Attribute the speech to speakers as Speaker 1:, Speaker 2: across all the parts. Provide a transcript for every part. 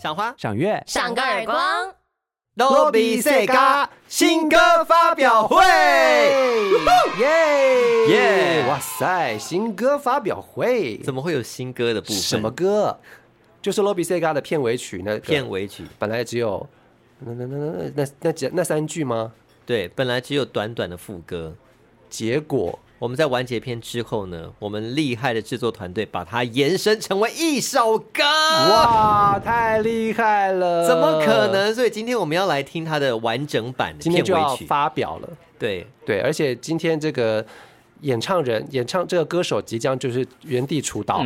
Speaker 1: 赏花、
Speaker 2: 赏月，
Speaker 3: 赏个耳光。
Speaker 1: 罗比赛嘎新歌发表会，
Speaker 2: 耶
Speaker 1: 耶
Speaker 2: 哇塞，新歌发表会，
Speaker 1: 怎么会有新歌的部分？
Speaker 2: 什么歌？就是《罗比塞嘎》的片尾曲那个
Speaker 1: 片尾曲？
Speaker 2: 本来只有那那那那那那几那三句吗？
Speaker 1: 对，本来只有短短的副歌。
Speaker 2: 结果
Speaker 1: 我们在完结篇之后呢，我们厉害的制作团队把它延伸成为一首歌。哇！
Speaker 2: 哇，太厉害了！
Speaker 1: 怎么可？能？所以今天我们要来听它的完整版的
Speaker 2: 今
Speaker 1: 片
Speaker 2: 天就要
Speaker 1: 尾曲。
Speaker 2: 发表了，
Speaker 1: 对，
Speaker 2: 对，而且今天这个演唱人、演唱这个歌手即将就是原地出道，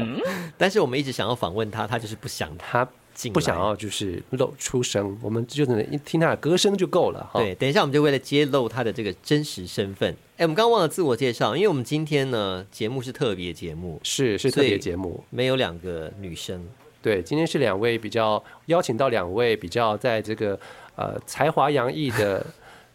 Speaker 1: 但是我们一直想要访问他，他就是不想他。
Speaker 2: 他
Speaker 1: 进来
Speaker 2: 不想要就是露出声，我们就只能一听他的歌声就够了哈。
Speaker 1: 对，等一下我们就为了揭露他的这个真实身份。哎，我们刚刚忘了自我介绍，因为我们今天呢节目是特别节目，
Speaker 2: 是是特
Speaker 1: 所以
Speaker 2: 别节目，
Speaker 1: 没有两个女生。
Speaker 2: 对，今天是两位比较邀请到两位比较在这个呃才华洋溢 的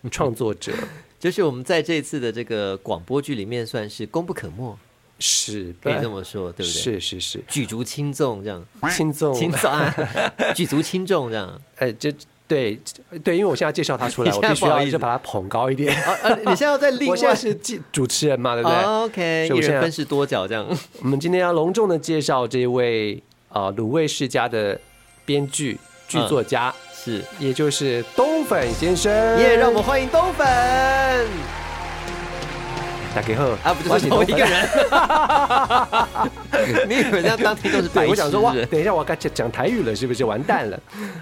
Speaker 2: 创作者，
Speaker 1: 就是我们在这次的这个广播剧里面算是功不可没，
Speaker 2: 是哎
Speaker 1: 可以这么说，对不对？
Speaker 2: 是哦是是，
Speaker 1: 举足轻重这样，
Speaker 2: 轻松，
Speaker 1: 轻重啊， 举足轻重这样。
Speaker 2: 哎，这对对，因为我现在介绍他出 来，
Speaker 1: 你
Speaker 2: 我
Speaker 1: 现在
Speaker 2: 必须
Speaker 1: 不好
Speaker 2: 要
Speaker 1: 意思
Speaker 2: 就把他捧高一点。
Speaker 1: 啊啊，你现在要在另
Speaker 2: 我
Speaker 1: 外
Speaker 2: 现在是记主持人嘛，对不对？
Speaker 1: 哦 OK，
Speaker 2: 所
Speaker 1: 一
Speaker 2: 以我现
Speaker 1: 人
Speaker 2: 在
Speaker 1: 分饰多角这样。
Speaker 2: 我们今天要隆重的介绍这位啊鲁卫世家的编剧剧作家，
Speaker 1: 是，
Speaker 2: 也就是东粉先生。
Speaker 1: 耶，让我们欢迎东粉
Speaker 2: 打给后
Speaker 1: 啊，不就是同一个？人？ 你以为这样当听众是
Speaker 2: 我
Speaker 1: 白痴？
Speaker 2: 是东粉对，我想说哇
Speaker 1: 是不是，
Speaker 2: 等一下我该讲讲台语了，是不是完蛋了？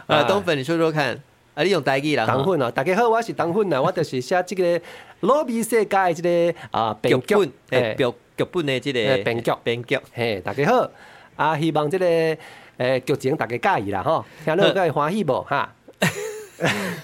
Speaker 2: 啊
Speaker 1: 呃，东粉，你说说看，啊，你用台语啦，
Speaker 2: 党
Speaker 1: 哈
Speaker 2: 混啊，大家好，我是党混啊，我就是写这个罗比世界的这个 啊
Speaker 1: 剧
Speaker 2: 编剧
Speaker 1: 本，，哎，
Speaker 2: 哎
Speaker 1: 表剧本的这
Speaker 2: 哎
Speaker 1: 个
Speaker 2: 编剧
Speaker 1: 编剧。
Speaker 2: 嘿，大家好，啊，希望这个诶剧情大家介意啦吼，听落
Speaker 1: 嗯
Speaker 2: 会欢喜无哈？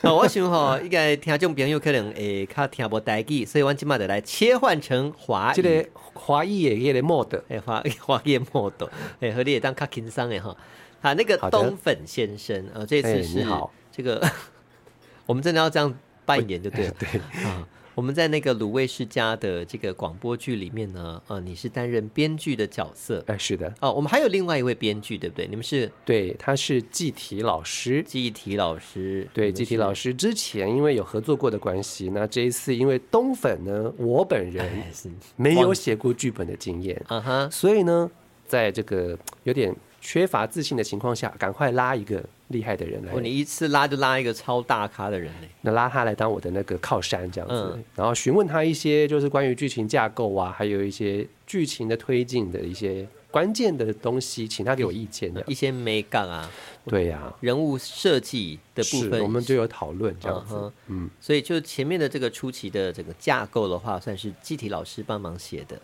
Speaker 1: 啊，我想吼，应该听众朋友可能会较听无台语，所以我今麦就来切换成华
Speaker 2: 这
Speaker 1: 语
Speaker 2: 个，华语的迄个 mod，
Speaker 1: 哎，华 华语的 model，哎，和你也当较轻松的哈。啊，那个
Speaker 2: 好的
Speaker 1: 东粉先生，呃，这
Speaker 2: 哎
Speaker 1: 次是
Speaker 2: 你好
Speaker 1: 这个， 我们真的要这样扮演就对
Speaker 2: 哎
Speaker 1: 了。对啊，我们在那个鲁卫世家的这个广播剧里面呢，呃，你是担任编剧的角色
Speaker 2: 哎，是的，
Speaker 1: 哦。我们还有另外一位编剧，对不对？你们是
Speaker 2: 对，他是季体老师。
Speaker 1: 记忆体老师，
Speaker 2: 对，季体老
Speaker 1: 师，
Speaker 2: 师之前因为有合作过的关系，那这一次因为东粉呢，我本人
Speaker 1: 哎是
Speaker 2: 没有写过剧本的经验，
Speaker 1: 啊哈，
Speaker 2: 所以呢，在这个有点缺乏自信的情况下，赶快拉一个厉害的人来
Speaker 1: 哦，你一次拉就拉一个超大咖的人嘞。
Speaker 2: 那拉他来当我的那个靠山这样子，
Speaker 1: 嗯
Speaker 2: 然后询问他一些就是关于剧情架构啊，还有一些剧情的推进的一些关键的东西，请他给我意见这样。
Speaker 1: 一些美感啊，
Speaker 2: 对呀、
Speaker 1: 人物设计的部
Speaker 2: 是
Speaker 1: 分，
Speaker 2: 我们就有讨论这样子。
Speaker 1: 嗯哼
Speaker 2: 嗯，
Speaker 1: 所以就前面的这个初期的这个架构的话，算是季体老师帮忙写的。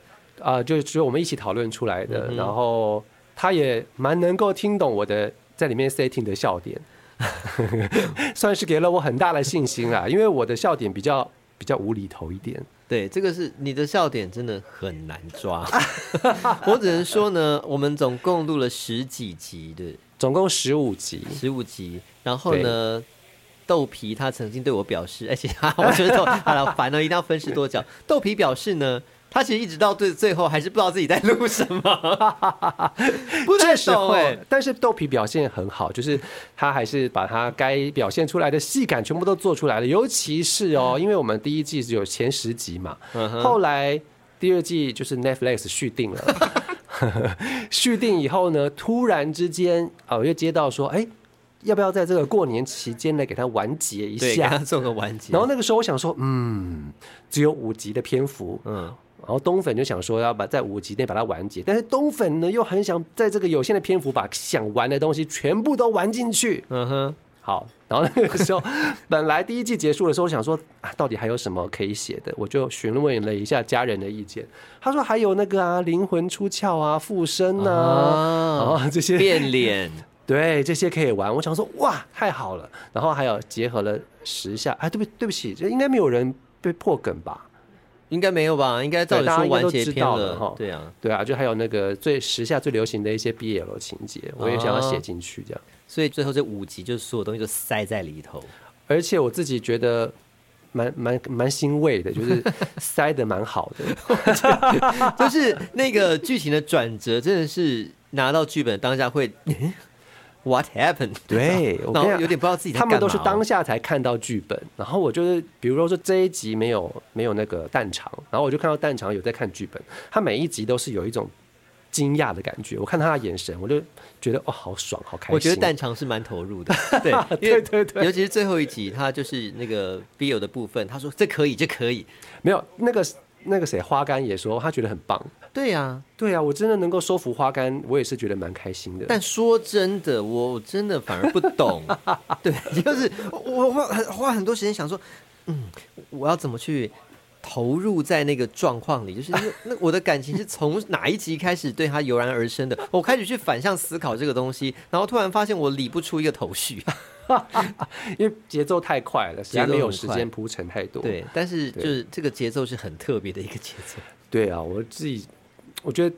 Speaker 2: 啊、就是只有我们一起讨论出来
Speaker 1: 嗯
Speaker 2: 的，
Speaker 1: 哼
Speaker 2: 然后他也蛮能够听懂我的在里面 setting 的笑点， 算是给了我很大的信心啦，因为我的笑点比较比较无厘头一点。
Speaker 1: 对，这个是你的笑点真的很难 抓。我只能说呢，我们总共录了十几集，对，
Speaker 2: 总共十五集，
Speaker 1: 十五集。然后呢，豆皮他曾经对我表示， 而且 他我觉得豆好了烦了，一定要分饰多角。豆皮表示呢。他其实一直到最最后还是不知道自己在录什 么，不太
Speaker 2: 这时
Speaker 1: 懂
Speaker 2: 候
Speaker 1: 哎、，
Speaker 2: 但是豆皮表现很好，就是他还是把他该表现出来的戏感全部都做出来了。尤其是哦，因为我们第一季只有前十集嘛，
Speaker 1: 嗯哼
Speaker 2: 后来第二季就是 Netflix 续订了。 续订以后呢，突然之间啊，我又接到说，哎，要不要在这个过年期间呢，给它完结一
Speaker 1: 对，给他
Speaker 2: 下？
Speaker 1: 做个完结。
Speaker 2: 然后那个时候我想说，嗯，只有五集的篇幅，
Speaker 1: 嗯，
Speaker 2: 然后东粉就想说要把在五集内把它完结，但是东粉呢又很想在这个有限的篇幅把想玩的东西全部都玩进去。
Speaker 1: 嗯哼，
Speaker 2: 好，然后那个时候本来第一季结束的时候，我想说啊，到底还有什么可以写的？我就询问了一下家人的意见，他说还有那个啊，灵魂出窍啊，附身啊，
Speaker 1: 啊，
Speaker 2: 啊这些
Speaker 1: 变脸，
Speaker 2: 对，这些可以玩。我想说，哇，太好了。然后还有结合了时下，哎，对不对不起，这应该没有人被破梗吧？
Speaker 1: 应该没有吧？应该照理
Speaker 2: 对大
Speaker 1: 说
Speaker 2: 家应该
Speaker 1: 完
Speaker 2: 都
Speaker 1: 结
Speaker 2: 知
Speaker 1: 篇
Speaker 2: 道了哈
Speaker 1: 对啊，
Speaker 2: 对啊，就还有那个最时下最流行的一些 BL 情节，我也想要写进去这样。
Speaker 1: 所以最后这五集就是所有东西都塞在里头，
Speaker 2: 而且我自己觉得蛮蛮蛮欣慰的，就是 塞的蛮好的。
Speaker 1: 就是那个剧情的转折真的是拿到剧本当下会 What happened？
Speaker 2: 对，我
Speaker 1: 然后
Speaker 2: 跟你讲
Speaker 1: 有点不知道自己在
Speaker 2: 他
Speaker 1: 干嘛
Speaker 2: 们
Speaker 1: 哦
Speaker 2: 都是当下才看到剧本，然后我就是，比如说这一集没有没有那个蛋场，然后我就看到蛋场有在看剧本，他每一集都是有一种惊讶的感觉，我看他的眼神，我就觉得哦，好爽，好开心。
Speaker 1: 我觉得蛋肠是蛮投入的，对因
Speaker 2: 对
Speaker 1: 为
Speaker 2: 对对
Speaker 1: 尤其是最后一集，他就是那个 B 友的部分，他说这可以，这可以，
Speaker 2: 没有那个那个谁花干也说他觉得很棒，
Speaker 1: 对呀。
Speaker 2: 对啊，我真的能够收服花干，我也是觉得蛮开心的。
Speaker 1: 但说真的，我真的反而不 懂，对，就是我我我很花很多时间想说，嗯，我要怎么去投入在那个状况里，就是那那我的感情是从哪一集开始对他油然而生的？我开始去反向思考这个东西，然后突然发现我理不出一个头绪，
Speaker 2: 因为节奏太快了，实在
Speaker 1: 节奏
Speaker 2: 没有
Speaker 1: 很
Speaker 2: 时
Speaker 1: 快
Speaker 2: 间铺陈太多。
Speaker 1: 对，但是就是这个节奏是很特别的一个节奏。
Speaker 2: 对啊，我自己我觉得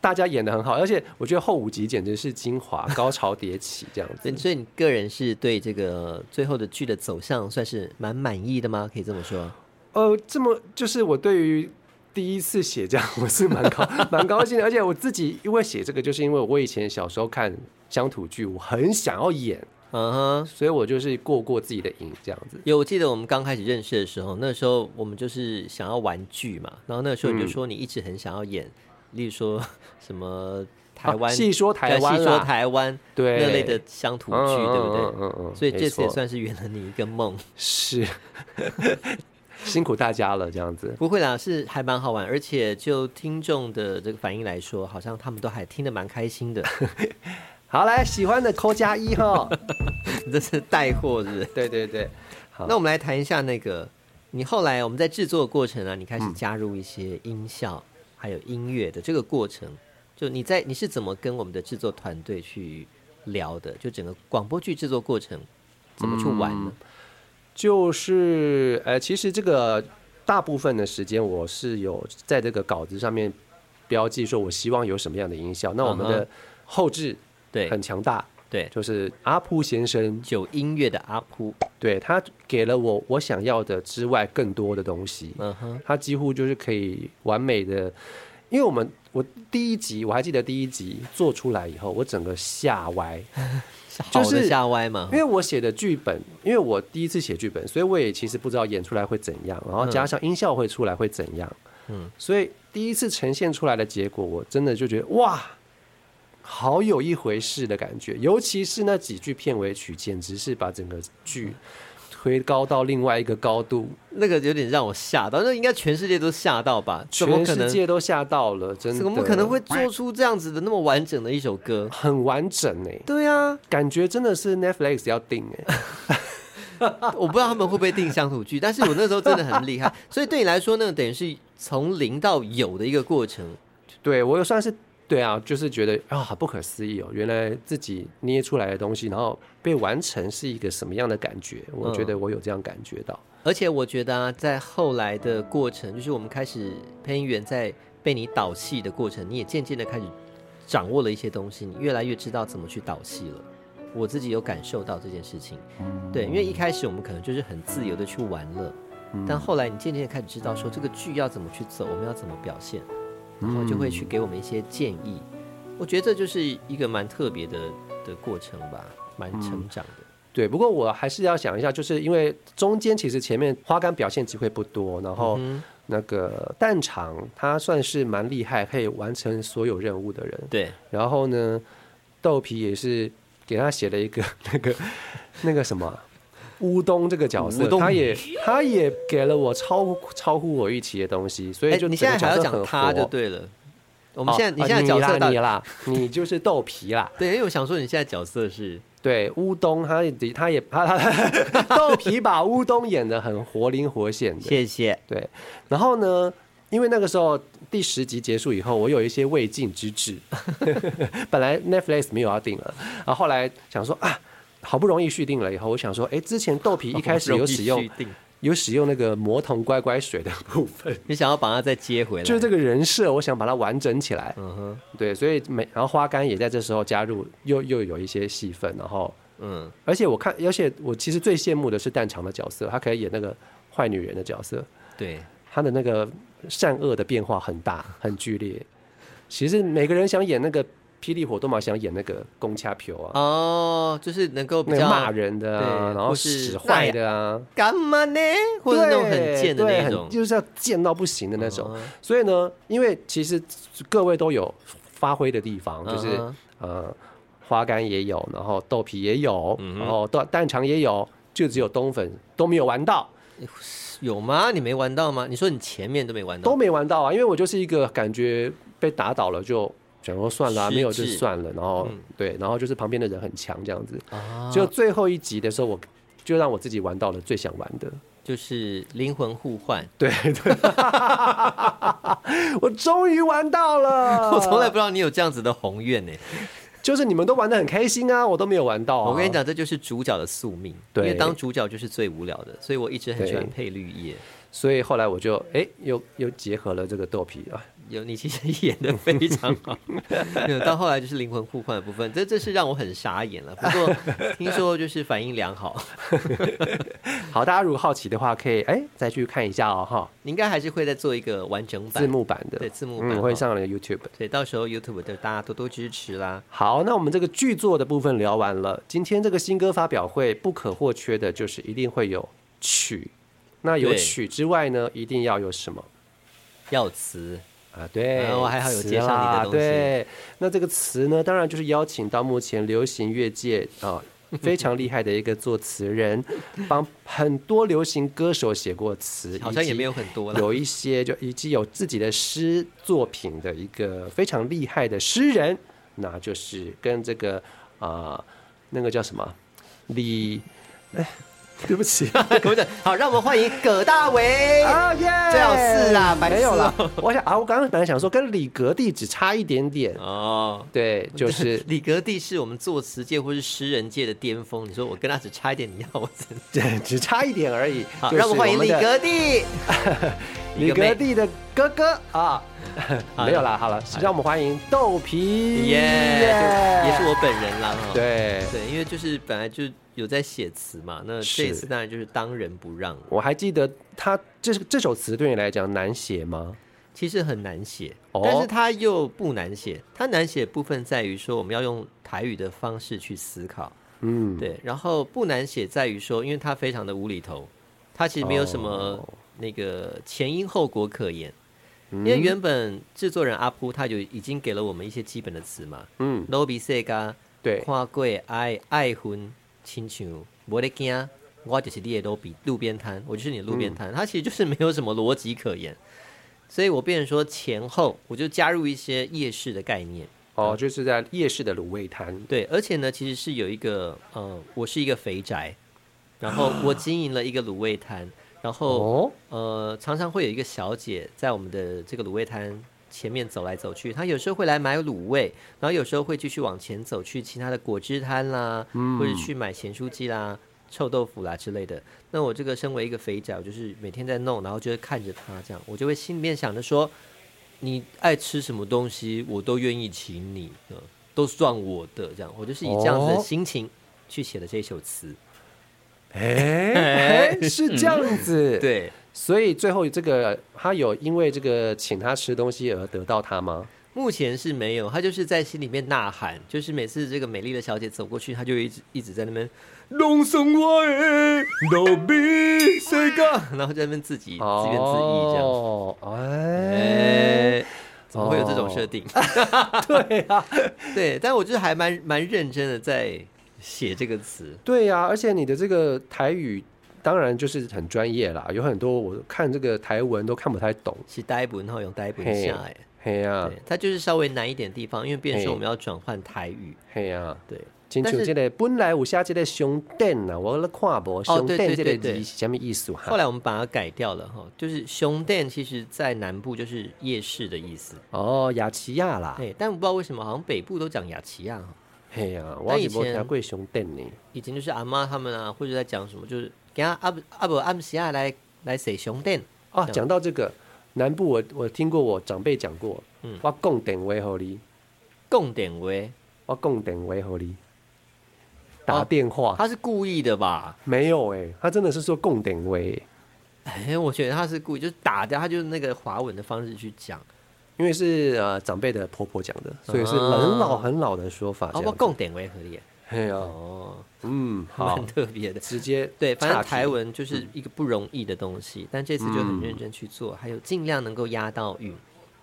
Speaker 2: 大家演的很好，而且我觉得后五集简直是精华，高潮迭起这样
Speaker 1: 所以，
Speaker 2: 子。
Speaker 1: 所以你个人是对这个最后的剧的走向算是蛮满意的吗？可以这么说。
Speaker 2: 呃，这么就是我对于。第一次写这样， 我是蛮高蛮高兴的，而且我自己因为写这个，就是因为我以前小时候看乡土剧，我很想要演，
Speaker 1: 嗯哼，
Speaker 2: 所以我就是过过自己的瘾这样子。
Speaker 1: 有，我记得我们刚开始认识的时候，那时候我们就是想要玩剧嘛，然后那个时候你
Speaker 2: 嗯
Speaker 1: 就说你一直很想要演，例如说什么台湾、
Speaker 2: 啊细说台湾啦
Speaker 1: 对细说台湾
Speaker 2: 对
Speaker 1: 那类的乡土剧，
Speaker 2: 嗯
Speaker 1: 对不对？
Speaker 2: 嗯嗯嗯嗯
Speaker 1: 所以这次也
Speaker 2: 没错
Speaker 1: 算是圆了你一个梦。
Speaker 2: 是， 辛苦大家了，这样子。
Speaker 1: 不会啦，是还蛮好玩，而且就听众的这个反应来说，好像他们都还听得蛮开心的。
Speaker 2: 好，来，喜欢的扣加一哈。
Speaker 1: 你这是带货是不是？
Speaker 2: 对对对，好
Speaker 1: 那我们来谈一下那个，你后来我们在制作的过程啊，你开始加入一些音效，还有音乐的这个过程，就你在你是怎么跟我们的制作团队去聊的？就整个广播剧制作过程怎么去玩呢？
Speaker 2: 就是呃，其实这个大部分的时间我是有在这个稿子上面标记，说我希望有什么样的音效。那我们
Speaker 1: 嗯
Speaker 2: 的后置
Speaker 1: 对
Speaker 2: 很强大，
Speaker 1: 对，
Speaker 2: 就是阿扑先生，
Speaker 1: 有音乐的阿扑，
Speaker 2: 对他给了我我想要的之外更多的东西。
Speaker 1: 嗯哼，
Speaker 2: 它几乎就是可以完美的，因为我们我第一集我还记得第一集做出来以后，我整个吓歪，
Speaker 1: 嗯
Speaker 2: 就
Speaker 1: 好
Speaker 2: 是
Speaker 1: 的下歪嘛
Speaker 2: 因，为我写的剧本，因为我第一次写剧本，所以我也其实不知道演出来会怎样，然后加上音效会出来会怎样，
Speaker 1: 嗯
Speaker 2: 嗯，所以第一次呈现出来的结果，我真的就觉得哇。好有一回事的感觉，尤其是那几句片尾曲，简直是把整个
Speaker 1: 嗯
Speaker 2: 剧推高到另外一个高度。
Speaker 1: 那个有点让我吓到，那应该全世界都吓到吧？怎么
Speaker 2: 全
Speaker 1: 可
Speaker 2: 世
Speaker 1: 能？
Speaker 2: 界都吓到了，真的
Speaker 1: 怎么可能会做出这样子的那么完整的一首歌？
Speaker 2: 很完整哎、
Speaker 1: 对啊，
Speaker 2: 感觉真的是 Netflix 要定哎、
Speaker 1: 我不知道他们会不会定乡土剧，但是我那时候真的很厉害，所以对你来说，那个等于是从零到有的一个过程。
Speaker 2: 对我也算是对啊，就是觉得啊不可思议哦，原来自己捏出来的东西，然后被完成是一个什么样的感觉？我觉
Speaker 1: 嗯
Speaker 2: 得我有这样感觉到，
Speaker 1: 而且我觉得啊，在后来的过程，就是我们开始配音员在被你导戏的过程，你也渐渐的开始掌握了一些东西，你越来越知道怎么去导戏了。我自己有感受到这件事情，对，因为一开始我们可能就是很自由的去玩乐，但后来你渐渐地开始知道说这个剧要怎么去走，我们要怎么表现，然后就会去给我们一些建议。我觉得这就是一个蛮特别的的过程吧，蛮成长的。
Speaker 2: 对。不过我还是要想一下，就是因为中间其实前面花干表现机会不多，然后
Speaker 1: 嗯
Speaker 2: 那个蛋场他算是蛮厉害，可以完成所有任务的人。
Speaker 1: 对，
Speaker 2: 然后呢，豆皮也是给他写了一个 那个那个什么啊乌冬这个角
Speaker 1: 乌
Speaker 2: 色，
Speaker 1: 冬
Speaker 2: 他也他也给了我超超乎我预期的东西，所以
Speaker 1: 哎，
Speaker 2: 就
Speaker 1: 你
Speaker 2: 整
Speaker 1: 现
Speaker 2: 个
Speaker 1: 在还要
Speaker 2: 角色
Speaker 1: 讲
Speaker 2: 很
Speaker 1: 他
Speaker 2: 活
Speaker 1: 就对了。我们
Speaker 2: 哦
Speaker 1: 现在、你
Speaker 2: 啊
Speaker 1: 现在角色到
Speaker 2: 你
Speaker 1: 底
Speaker 2: 啦，你啦你就是豆皮啦，
Speaker 1: 对，因为我想说你现在角色是
Speaker 2: 对乌冬他也他也他他 豆皮把乌冬演的很活灵活现的，
Speaker 1: 谢谢
Speaker 2: 对，然后呢，因为那个时候第十集结束以后，我有一些未尽之志， 本来 Netflix 没有要定了，然后后来想说啊，好不容易续订了以后，我想说，哎，之前豆皮一开始有使用，有使用那个魔童乖乖水的部分，
Speaker 1: 你想要把它再接回来，
Speaker 2: 就是这个人设，我想把它完整起来，
Speaker 1: 嗯哼
Speaker 2: 对，所以每然后花干也在这时候加入，又又有一些戏份，然后
Speaker 1: 嗯，
Speaker 2: 而且我看，而且我其实最羡慕的是蛋肠的角色，他可以演那个坏女人的角色。
Speaker 1: 对，
Speaker 2: 他的那个善恶的变化很大，很剧烈。其实每个人想演那个霹雳火都蛮想演那个公掐瓢啊，
Speaker 1: 哦，就是能够比
Speaker 2: 那个
Speaker 1: 较
Speaker 2: 骂人的啊，
Speaker 1: 对
Speaker 2: 然后
Speaker 1: 或是
Speaker 2: 使坏的啊，
Speaker 1: 干嘛呢，或者那种很
Speaker 2: 对
Speaker 1: 贱的
Speaker 2: 对
Speaker 1: 那
Speaker 2: 很
Speaker 1: 种，
Speaker 2: 就是要贱到不行的那种。
Speaker 1: 哦
Speaker 2: 所以呢，因为其实各位都有发挥的地方，就是、
Speaker 1: 嗯哼
Speaker 2: 呃，花干也有，然后豆皮也有，
Speaker 1: 嗯
Speaker 2: 然后蛋蛋肠也有，就只有冬粉都没有玩到，
Speaker 1: 有吗？你没玩到吗？你说你前面都没玩
Speaker 2: 都
Speaker 1: 到，
Speaker 2: 没玩到啊！因为我就是一个感觉被打倒了就。想说算了啊、
Speaker 1: 失
Speaker 2: 没有就
Speaker 1: 智嗯
Speaker 2: 算了，然后、对，然后就是旁边的人很强这样子，
Speaker 1: 啊
Speaker 2: 就最后一集的时候，我就让我自己玩到了最想玩的，
Speaker 1: 就是灵魂互换。
Speaker 2: 对 对，我终于玩到 了，
Speaker 1: 我从来不知道你有这样子的宏愿呢。
Speaker 2: 就是你们都玩的很开心啊，我都没有玩到、啊。
Speaker 1: 我跟你，讲，这就是主角的宿命，因
Speaker 2: 对
Speaker 1: 为当主角就是最无聊的，所以我一直很喜欢
Speaker 2: 对
Speaker 1: 配绿叶。
Speaker 2: 所以后来我就哎、又又结合了这个豆皮啊，
Speaker 1: 有你其实演的非常 好，有到后来就是灵魂互换的部分，这这是让我很傻眼了。不 过听说就是反应良好，
Speaker 2: 好，大家如果好奇的话，可以哎、再去看一下哦哈，
Speaker 1: 你应该还是会再做一个完整
Speaker 2: 字
Speaker 1: 版，
Speaker 2: 幕版的，
Speaker 1: 对字幕版
Speaker 2: 嗯
Speaker 1: 哦
Speaker 2: 会上了 YouTube。
Speaker 1: 对，到时候 YouTube 就大家多多支持啦。
Speaker 2: 好，那我们这个剧作的部分聊完了，今天这个新歌发表会不可或缺的就是一定会有曲，那有
Speaker 1: 对
Speaker 2: 曲之外呢，一定要有什么？
Speaker 1: 要词，
Speaker 2: 啊，对，
Speaker 1: 啊我还好有
Speaker 2: 词
Speaker 1: 介绍你的
Speaker 2: 啦
Speaker 1: 东西
Speaker 2: 对，那这个词呢，当然就是邀请到目前流行乐界啊、 非常厉害的一个作词人，帮很多流行歌手写过词，
Speaker 1: 好像
Speaker 2: 以
Speaker 1: 也
Speaker 2: 及
Speaker 1: 没有很多 了。
Speaker 2: 有一些就以及有自己的诗作品的一个非常厉害的诗人，那就是跟这个啊、那个叫什么李，哎，对不起。
Speaker 1: 我的好，让我们欢迎葛大为。
Speaker 2: 啊耶！
Speaker 1: 最好是啦白痴哦
Speaker 2: 没有啦。我想啊啊，我刚刚本来想说跟李格弟只差一点点，
Speaker 1: 哦，
Speaker 2: 啊对，就是
Speaker 1: 李格弟是我们作词界或是诗人界的巅峰。你说我跟他只差一点，你要我怎？
Speaker 2: 对只差一点而已。
Speaker 1: 好，
Speaker 2: 就是
Speaker 1: 让我们欢迎
Speaker 2: 们
Speaker 1: 李
Speaker 2: 的
Speaker 1: 格弟。
Speaker 2: 李
Speaker 1: 李格妹
Speaker 2: 格弟的哥哥啊，没有啦，好了，让我们欢迎豆皮
Speaker 1: 耶，就也是
Speaker 2: 我
Speaker 1: 我本人啦。哦哈
Speaker 2: 对。
Speaker 1: 对，因为就是本来就有在写词嘛，那这一次当然就是当仁不让，
Speaker 2: 我还记得他这这首词对你来讲难写吗？
Speaker 1: 其实很难写，
Speaker 2: 哦
Speaker 1: 但是它又不难写。它难写的部分在于说我们要用台语的方式去思考，
Speaker 2: 嗯，
Speaker 1: 对，然后不难写在于说，因为它非常的无厘头，它其实没有什么
Speaker 2: 哦嗯
Speaker 1: 那个前因后果可言。因为原本制作人阿扑他就已经给了我们一些基本的词嘛，
Speaker 2: 嗯，
Speaker 1: low 比世噶，
Speaker 2: 对，
Speaker 1: 看过爱爱婚，亲像无得惊，我就是你的路边路边摊，我就是你的路边摊。它其实就是没有什么逻辑可言，所以我变成说前后我就加入一些夜市的概念。
Speaker 2: 哦，就是在夜市的卤味摊，
Speaker 1: 对，而且呢，其实是有一个，呃，我是一个肥宅，然后我经营了一个卤味摊，然后
Speaker 2: 哦，
Speaker 1: 呃，常常会有一个小姐在我们的这个卤味摊前面走来走去，她有时候会来买卤味，然后有时候会继续往前走去其他的果汁摊啦，或者去买咸酥鸡啦、臭豆腐啦之类的。那我这个身为一个肥宅，我就是每天在弄，然后就会看着她这样，我就会心里面想着说，你爱吃什么东西，我都愿意请你的，都算我的这样。我就是以这样子的
Speaker 2: 哦
Speaker 1: 心情去写的这首词。
Speaker 2: 哎，是这样子，。
Speaker 1: 嗯对。
Speaker 2: 所以最后这个他有因为这个请他吃东西而得到他吗？
Speaker 1: 目前是没有，他就是在心里面呐喊，就是每次这个美丽的小姐走过去，他就一直一直在那边弄送我的老比谁个，然后在那边自己自怨自艾这样。
Speaker 2: 哦，哎，
Speaker 1: 哎，怎么会有这种设定？
Speaker 2: 对啊，
Speaker 1: 对，但我就是还蛮蛮认真的在写这个词。
Speaker 2: 对呀、而且你的这个台语当然就是很专业啦，有很多我看这个台文都看不太懂。
Speaker 1: 是呆不，然后用呆不
Speaker 2: 嘿
Speaker 1: 下哎，
Speaker 2: 嘿啊呀、
Speaker 1: 对，它就是稍微难一点的地方，因为变成说
Speaker 2: 嘿
Speaker 1: 我们要转换台语，
Speaker 2: 嘿呀、
Speaker 1: 对，
Speaker 2: 清
Speaker 1: 但
Speaker 2: 楚
Speaker 1: 是
Speaker 2: 这个本来有写这个熊蛋啊，我咧看无熊
Speaker 1: 哦对
Speaker 2: 蛋
Speaker 1: 对
Speaker 2: 这
Speaker 1: 对
Speaker 2: 个
Speaker 1: 对
Speaker 2: 字是什么意思啊哈？
Speaker 1: 后来我们把它改掉了哈，就是熊店，其实在南部就是夜市的意思，
Speaker 2: 哦，雅琪亚啦，
Speaker 1: 对，但我不知道为什么，好像北部都讲雅琪亚哈，
Speaker 2: 嘿呀、啊，
Speaker 1: 那
Speaker 2: 我
Speaker 1: 以
Speaker 2: 是无
Speaker 1: 前
Speaker 2: 听过熊蛋呢。
Speaker 1: 以前就是阿妈他们啊，或者在讲什么，就是给他阿不阿不阿姆西亚啊来来谁熊店，
Speaker 2: 哦，讲到这个南部我，我听过我长辈讲过，
Speaker 1: 嗯
Speaker 2: 我供电话给你，
Speaker 1: 共点为，
Speaker 2: 我供电话给你，打电话、
Speaker 1: 哦他是故意的吧？
Speaker 2: 没有哎、他真的是说供电话欸、
Speaker 1: 哎，我觉得他是故意，就是打掉，他就是那个华文的方式去讲，
Speaker 2: 因为是呃长辈的婆婆讲的，所以是很老很老的说法。
Speaker 1: 啊哦，我共点为合理。
Speaker 2: 哎呀，
Speaker 1: 哦，
Speaker 2: 嗯，好
Speaker 1: 蛮，特别的。
Speaker 2: 直接
Speaker 1: 对，反
Speaker 2: 岔
Speaker 1: 正
Speaker 2: 题
Speaker 1: 台文就是一个不容易的东西，但这次就很认真去做，还有尽量能够压到韵，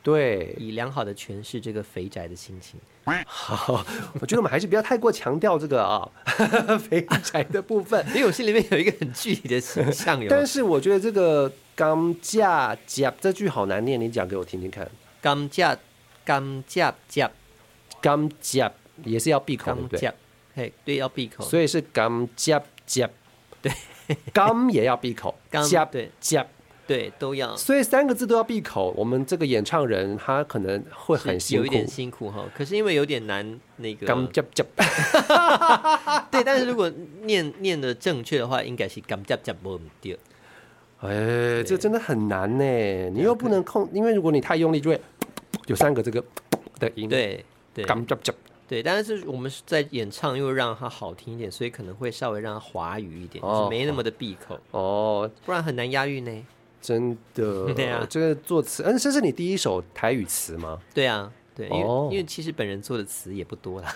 Speaker 2: 对，
Speaker 1: 以良好的诠释这个肥宅的心情。
Speaker 2: 好，我觉得我们还是不要太过强调这个啊、 肥宅的部 分。
Speaker 1: 因为我心里面有一个很具体的形象，有没有
Speaker 2: 但是我觉得这个“钢架夹”这句好难念，你讲给我听听看。
Speaker 1: 甘架甘架架
Speaker 2: “钢架”也是要闭口，哦对
Speaker 1: 甘
Speaker 2: 不对？
Speaker 1: 架，嘿，对，要闭口。
Speaker 2: 所以是“钢架夹”，哦 对，“钢”也要闭 口，“
Speaker 1: 钢
Speaker 2: 夹”
Speaker 1: 对
Speaker 2: 夹。
Speaker 1: 对，都要
Speaker 2: 所以三个字都要闭口。我们这个演唱人他可能会很
Speaker 1: 是
Speaker 2: 辛
Speaker 1: 有一
Speaker 2: 苦
Speaker 1: 点，辛苦哈，可是因为有点难那个，
Speaker 2: 钢夹夹，
Speaker 1: 对，但是如果念念的正确的话，应该是甘架架不对，
Speaker 2: 哎，这真的很难呢。你又不能控，因为如果你太用力，就会有三个这个的音，，
Speaker 1: 对对
Speaker 2: 钢夹夹。
Speaker 1: 对，但是我们是在演唱又让它好听一点，所以可能会稍微让它华语一点，
Speaker 2: 哦
Speaker 1: 就是没那么的闭口，
Speaker 2: 哦，
Speaker 1: 不然很难押韵呢。
Speaker 2: 真的，
Speaker 1: 对啊
Speaker 2: 这个作词，嗯，这是你第一首台语词 吗？
Speaker 1: 对啊，对，因为、
Speaker 2: 哦
Speaker 1: 因为其实本人做的词也不多啦，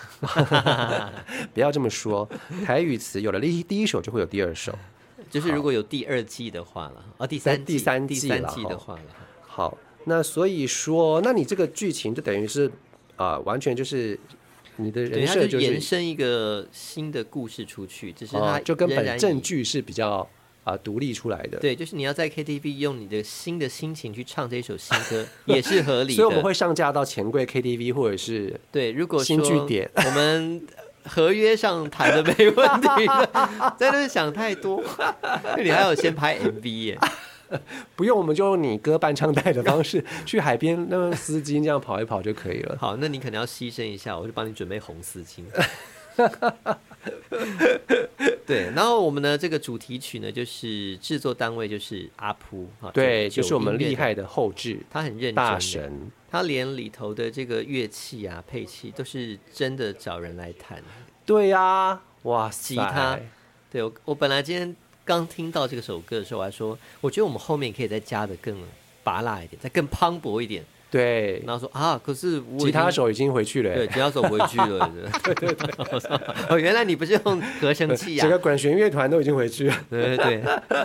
Speaker 2: 不要这么说，台语词有了第一第一首就会有第二首。
Speaker 1: 就是如果有第二季的话了，哦，第三季
Speaker 2: 哎第三
Speaker 1: 第
Speaker 2: 季
Speaker 1: 三
Speaker 2: 啦哦
Speaker 1: 季
Speaker 2: 吼
Speaker 1: 的话了，
Speaker 2: 好，那所以说，那你这个剧情就等于是啊、完全就是你的
Speaker 1: 对，
Speaker 2: 人
Speaker 1: 它
Speaker 2: 设
Speaker 1: 就延
Speaker 2: 是
Speaker 1: 伸一个新的故事出去，只是
Speaker 2: 啊、
Speaker 1: 它
Speaker 2: 就跟
Speaker 1: 仍然
Speaker 2: 本
Speaker 1: 以
Speaker 2: 正剧是比较啊、独立出来的。
Speaker 1: 对，就是你要在 KTV 用你的新的心情去唱这首新歌，也是合理的。
Speaker 2: 所以我们会上架到钱柜 KTV 或者是
Speaker 1: 对，如果
Speaker 2: 新据
Speaker 1: 说
Speaker 2: 点
Speaker 1: 我们合约上谈的没问题的，在那边想太多，因为你还有先拍 MV 耶，
Speaker 2: 不用，我们就用你歌伴唱带的方式 去海边，那么司机这样跑一跑就可以了。
Speaker 1: 好，那你可能要牺牲一下，我就帮你准备红丝巾。对，然后我们的这个主题曲呢，就是制作单位就是阿扑啊，
Speaker 2: 对，
Speaker 1: 九
Speaker 2: 就是我们
Speaker 1: 九音乐
Speaker 2: 厉
Speaker 1: 的，
Speaker 2: 害的后置
Speaker 1: 他很认真的
Speaker 2: 大神。
Speaker 1: 他连里头的这个乐器啊、配器都是真的找人来弹。
Speaker 2: 对呀、哇塞，
Speaker 1: 吉他对我，我本来今天刚听到这个首歌的时候，我还说，我觉得我们后面可以再加的更拔辣一点，再更磅礴一点。
Speaker 2: 对，
Speaker 1: 然后说啊，可是我已经
Speaker 2: 吉他手已经回去了、
Speaker 1: 对吉他手回去了， 对对对。我说哦，原来你不是用合成器呀、
Speaker 2: 整个管弦乐团都已经回去了，
Speaker 1: 对对对，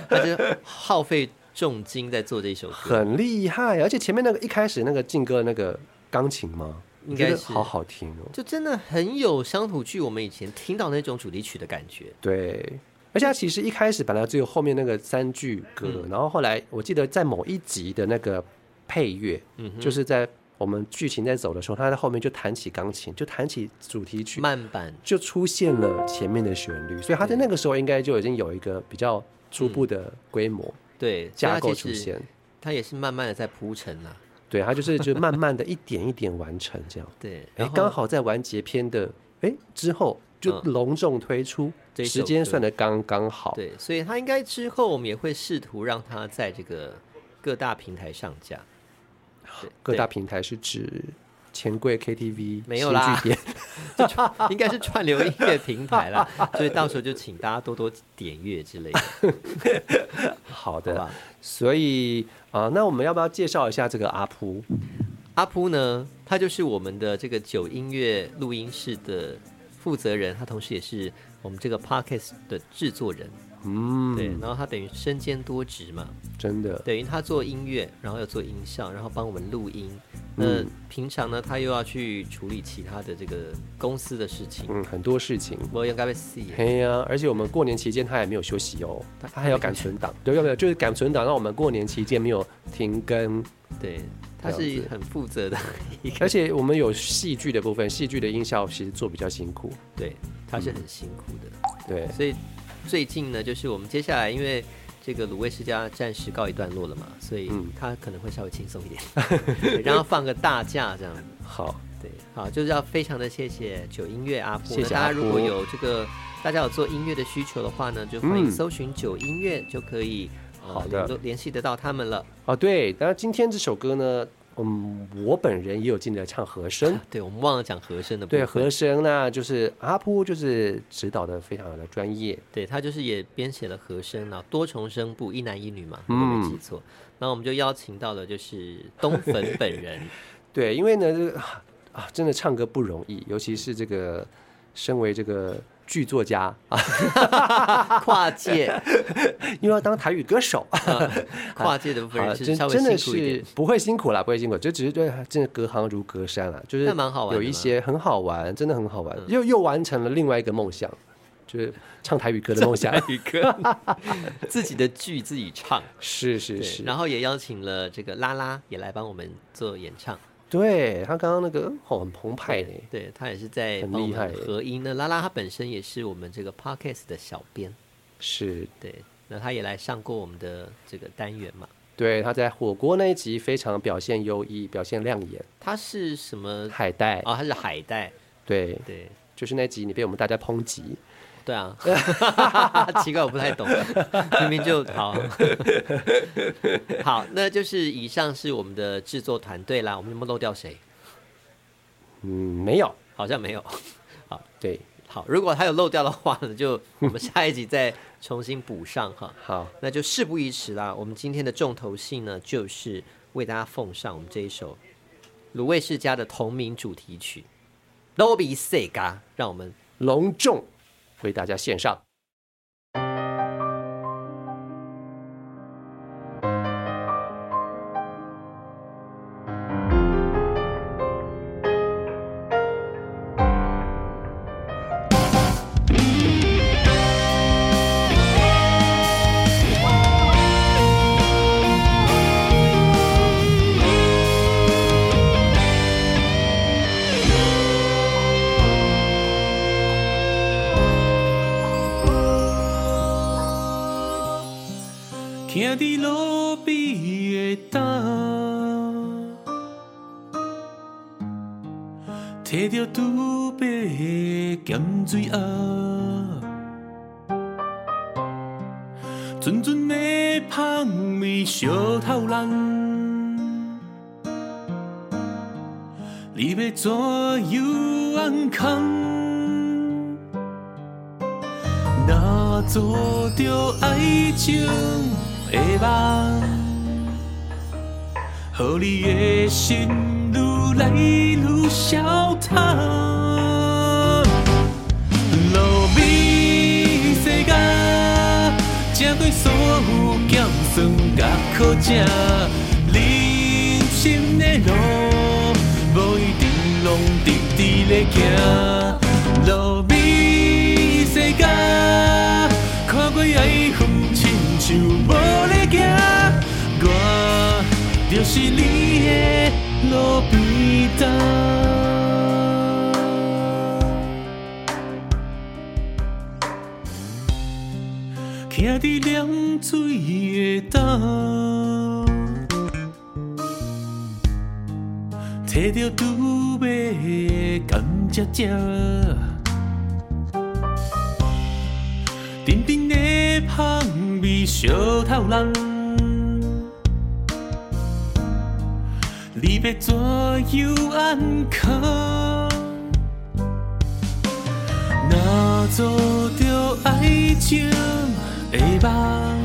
Speaker 1: 他就耗费重金在做这一首歌。
Speaker 2: 很厉害。啊而且前面那个一开始那个劲歌那个钢琴吗？
Speaker 1: 应该是
Speaker 2: 我觉得好好听哦。
Speaker 1: 就真的很有乡土剧我们以前听到那种主题曲的感觉，
Speaker 2: 对，而且它其实一开始本来只有后面那个三句歌，
Speaker 1: 嗯
Speaker 2: 然后后来我记得在某一集的那个配乐，
Speaker 1: 嗯
Speaker 2: 就是在我们剧情在走的时候，他在后面就弹起钢琴，就弹起主题曲，
Speaker 1: 慢版
Speaker 2: 就出现了前面的旋律，所以他在那个时候应该就已经有一个比较初步的规模、
Speaker 1: 对
Speaker 2: 架构，
Speaker 1: 所
Speaker 2: 出
Speaker 1: 以它其实
Speaker 2: 现。
Speaker 1: 它也是慢慢的在铺陈啦、
Speaker 2: 对，他就是就慢慢的一点一点完成这样。
Speaker 1: 对，
Speaker 2: 哎
Speaker 1: 然，后
Speaker 2: 刚好在完结篇的哎之后就
Speaker 1: 嗯
Speaker 2: 隆重推出，
Speaker 1: 这一首
Speaker 2: 时间
Speaker 1: 歌
Speaker 2: 算的刚刚好。
Speaker 1: 对，所以他应该之后我们也会试图让他在这个各大平台上架。对
Speaker 2: 各大
Speaker 1: 对
Speaker 2: 平台是指钱柜 KTV
Speaker 1: 没有啦
Speaker 2: 新据点
Speaker 1: 应该是串流音乐平台 啦，所以到时候就请大家多多点阅之类的，
Speaker 2: 好
Speaker 1: 好
Speaker 2: 的，
Speaker 1: 吧？
Speaker 2: 所以啊、呃那我们要不要介绍一下这个阿扑？
Speaker 1: 阿扑呢，他就是我们的这个九音乐录音室的负责人，他同时也是我们这个 podcast 的制作人。
Speaker 2: 嗯，
Speaker 1: 对，然后他等于身兼多职嘛，
Speaker 2: 真的，
Speaker 1: 等于他做音乐，然后又做音效，然后帮我们录音。那
Speaker 2: 嗯
Speaker 1: 平常呢，他又要去处理其他的这个公司的事情。
Speaker 2: 嗯，很多事情。
Speaker 1: 我应该被死耶。
Speaker 2: 嘿呀、而且我们过年期间他也没有休息哦，他还要赶存档，对，要不要？就是赶存档，让我们过年期间没有停更。
Speaker 1: 对，他
Speaker 2: 这样
Speaker 1: 是
Speaker 2: 子
Speaker 1: 很负责 的，
Speaker 2: 而且我们有戏剧的部分，戏剧的音效其实做比较辛苦。
Speaker 1: 对，他是很辛苦的。
Speaker 2: 对，
Speaker 1: 所以最近呢，就是我们接下来因为。这个卤味世家暂时告一段落了嘛，所以
Speaker 2: 嗯
Speaker 1: 他可能会稍微轻松一 点，对然后放个大假这样子。
Speaker 2: 好，
Speaker 1: 对，好，就是要非常的谢谢九音乐阿婆。
Speaker 2: 谢谢
Speaker 1: 那大家
Speaker 2: 阿婆
Speaker 1: 如果有这个，大家有做音乐的需求的话呢，就欢迎
Speaker 2: 嗯
Speaker 1: 搜寻九音乐，就可以、呃、
Speaker 2: 好的
Speaker 1: 联络联系得到他们了。
Speaker 2: 哦对，那今天这首歌呢，嗯，我本人也有进来唱和声。
Speaker 1: 啊对，我们忘了讲和声的部分。
Speaker 2: 对和声呢，就是阿扑就是指导的非常的专业，
Speaker 1: 对他就是也编写了和声啊，多重声部，一男一女嘛，
Speaker 2: 嗯
Speaker 1: 我没记错。然后我们就邀请到了就是东粉本人
Speaker 2: 对，因为呢，这个啊啊，真的唱歌不容易，尤其是这个身为这个剧作家啊，
Speaker 1: 跨界，
Speaker 2: 又要当台语歌手，
Speaker 1: 跨界的部 分
Speaker 2: 啊，
Speaker 1: 是
Speaker 2: 真
Speaker 1: 稍
Speaker 2: 真的
Speaker 1: 微辛苦一
Speaker 2: 是
Speaker 1: 点。
Speaker 2: 不会辛苦啦，不会辛苦，就只是对，真的隔行如隔山啦，就是
Speaker 1: 那蛮好玩的嗯
Speaker 2: 有一些很好玩，真的很好玩，又又完成了另外一个梦想，就是唱台语歌的 梦想，
Speaker 1: 一个自己的剧自己唱，
Speaker 2: 是是
Speaker 1: 对
Speaker 2: 是，
Speaker 1: 然后也邀请了这个拉拉也来帮我们做演唱，
Speaker 2: 对他刚刚那个哦很澎湃呢，
Speaker 1: 对他也是在
Speaker 2: 很
Speaker 1: 帮我
Speaker 2: 厉害
Speaker 1: 们合音。那拉拉她本身也是我们这个 podcast 的小编，
Speaker 2: 是
Speaker 1: 对，那她也来上过我们的这个单元嘛。
Speaker 2: 对他在火锅那一集非常表现优异，表现亮眼，
Speaker 1: 她是什么？
Speaker 2: 海带
Speaker 1: 哦，她是海带，
Speaker 2: 对，
Speaker 1: 对
Speaker 2: 就是那集你被我们大家抨击，
Speaker 1: 对 啊， 奇怪，我不太懂，明明就好好，那就是以上是我们的制作团队啦，我们有没有漏掉谁？
Speaker 2: 嗯，没有，
Speaker 1: 好像没有。
Speaker 2: 对，
Speaker 1: 好，如果他有漏掉的话呢，就我们下一集再重新补上哈。
Speaker 2: 好，
Speaker 1: 那就事不宜迟啦，我们今天的重头戏呢，就是为大家奉上我们这一首鲁卫世家的同名主题曲《Lobby Sega》，让我们
Speaker 2: 隆重为大家献上。
Speaker 3: 行伫路边的担，摕着拄白的咸水鸭，阵阵的香味烧透咱。你要怎样扛？若做着爱情的梦，予你的心愈来愈消沉。路美世界，正对所有减酸甲苦涩，人生的路无一定拢直直咧行。路美世界，看过爱恨亲像无咧行，我就是你的路边摊。徛伫凉水的东，摕着拄买的甘蔗汁，阵阵的香味烧透人。你要怎样安康？若做着爱情的梦，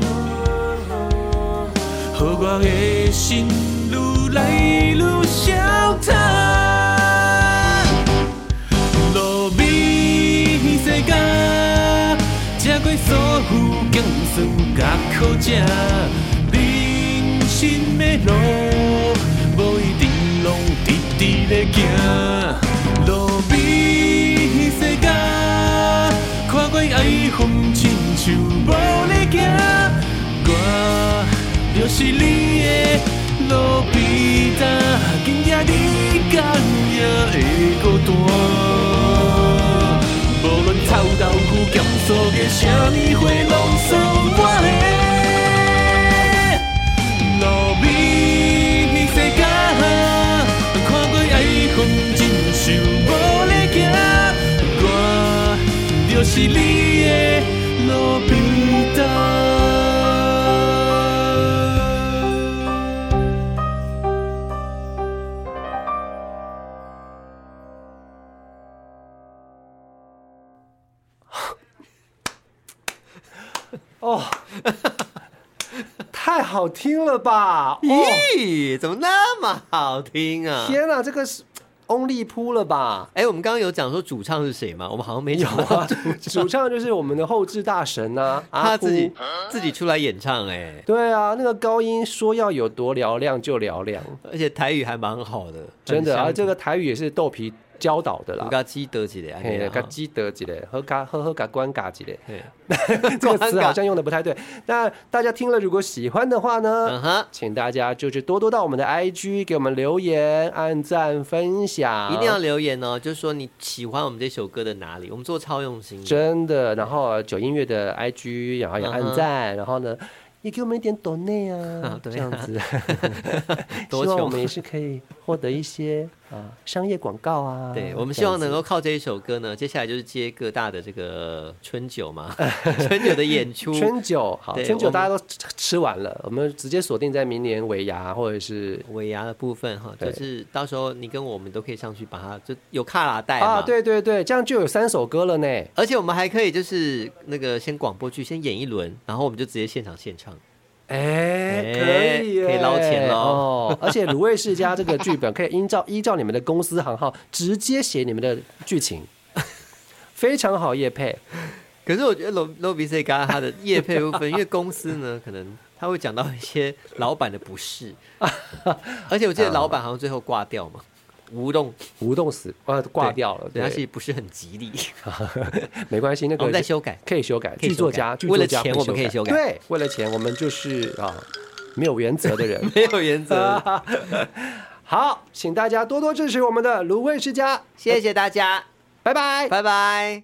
Speaker 3: 予我的心愈来愈消沉。路美世界，吃过所有辛酸甲苦涩，人生的路无一定拢直直咧行。路美世界，看过爱恨亲像无咧行，我就是你的路边摊，今夜你敢也会孤单？无论臭豆腐、咸素嘅啥物花，拢算我的。路美世界，看过爱恨真想无咧行，我就是你的路边摊。
Speaker 2: 哦，太太好听了吧？哦，
Speaker 1: 咦，怎么那么好听啊？
Speaker 2: 天哪，这个是翁立扑了吧？
Speaker 1: 哎，我们刚刚有讲说主唱是谁吗？我们好像没
Speaker 2: 有
Speaker 1: 讲到
Speaker 2: 啊，主唱就是我们的后置大神呐、啊，
Speaker 1: 他
Speaker 2: 阿扑
Speaker 1: 自己自己出来演唱哎，
Speaker 2: 对啊，那个高音说要有多嘹亮就嘹亮，
Speaker 1: 而且台语还蛮好的，
Speaker 2: 真的啊，
Speaker 1: 啊，
Speaker 2: 这个台语也是豆皮教导的啦
Speaker 1: 我。刚记得起 来，
Speaker 2: 嘿，
Speaker 1: 嘿
Speaker 2: 嘎记得几嘞，和嘎呵呵嘎关嘎几嘞，
Speaker 1: 嘿
Speaker 2: 这个
Speaker 1: 关
Speaker 2: 词
Speaker 1: 嘎
Speaker 2: 好像用的不太对。那大家听了如果喜欢的话呢，
Speaker 1: 嗯哼，
Speaker 2: 请大家就是多多到我们的 IG 给我们留言、按赞、分享，
Speaker 1: 一定要留言哦，就是说你喜欢我们这首歌的哪里，我们做超用心的。，
Speaker 2: 真的。然后九音乐的 IG，然后也按赞，然后呢。也给我们一点抖内 啊
Speaker 1: 对啊
Speaker 2: 这样子，
Speaker 1: 多
Speaker 2: 希望
Speaker 1: 穷
Speaker 2: 我们也是可以获得一些啊商业广告啊。
Speaker 1: 对，我们
Speaker 2: 这
Speaker 1: 希
Speaker 2: 样
Speaker 1: 望
Speaker 2: 子
Speaker 1: 能够靠这一首歌呢，接下来就是接各大的这个春酒 嘛，春酒的演出，
Speaker 2: 春酒好，
Speaker 1: 对
Speaker 2: 春
Speaker 1: 我
Speaker 2: 酒
Speaker 1: 们
Speaker 2: 大家都吃吃完了，我们直接锁定在明年尾牙或者是
Speaker 1: 尾牙的部分哈，
Speaker 2: 对
Speaker 1: 就是到时候你跟我们都可以上去把它就有卡拉带嘛
Speaker 2: 啊，，对对对，这样就有三首歌了呢。
Speaker 1: 而且我们还可以就是那个先广播剧先演一轮，然后我们就直接现场现唱，
Speaker 2: 哎
Speaker 1: 可以耶可以捞钱咯
Speaker 2: 哦！而且卤味世家这个剧本可以依照 依照你们的公司行号直接写你们的剧情， 非常好叶配。
Speaker 1: 可是我觉得 Lo Lo B C 刚刚他的业配部分，因为公司呢可能他会讲到一些老板的不是， 而且我记得老板好像最后挂掉嘛，无动
Speaker 2: 无动死啊，挂掉了，
Speaker 1: 对，
Speaker 2: 对
Speaker 1: 他，是不是很吉利？
Speaker 2: 没关系，那
Speaker 1: 我
Speaker 2: 个
Speaker 1: 们再修改。
Speaker 2: 可以修改，
Speaker 1: 可以
Speaker 2: 剧
Speaker 1: 修
Speaker 2: 作
Speaker 1: 改
Speaker 2: 家，剧
Speaker 1: 为
Speaker 2: 作
Speaker 1: 了
Speaker 2: 家
Speaker 1: 钱我们可以修改
Speaker 2: 对，为了钱我们就是啊没有原则的人。
Speaker 1: 没有原则，
Speaker 2: 好，请大家多多支持我们的卤味世家，
Speaker 1: 谢谢大家，
Speaker 2: 拜拜。
Speaker 1: 拜拜。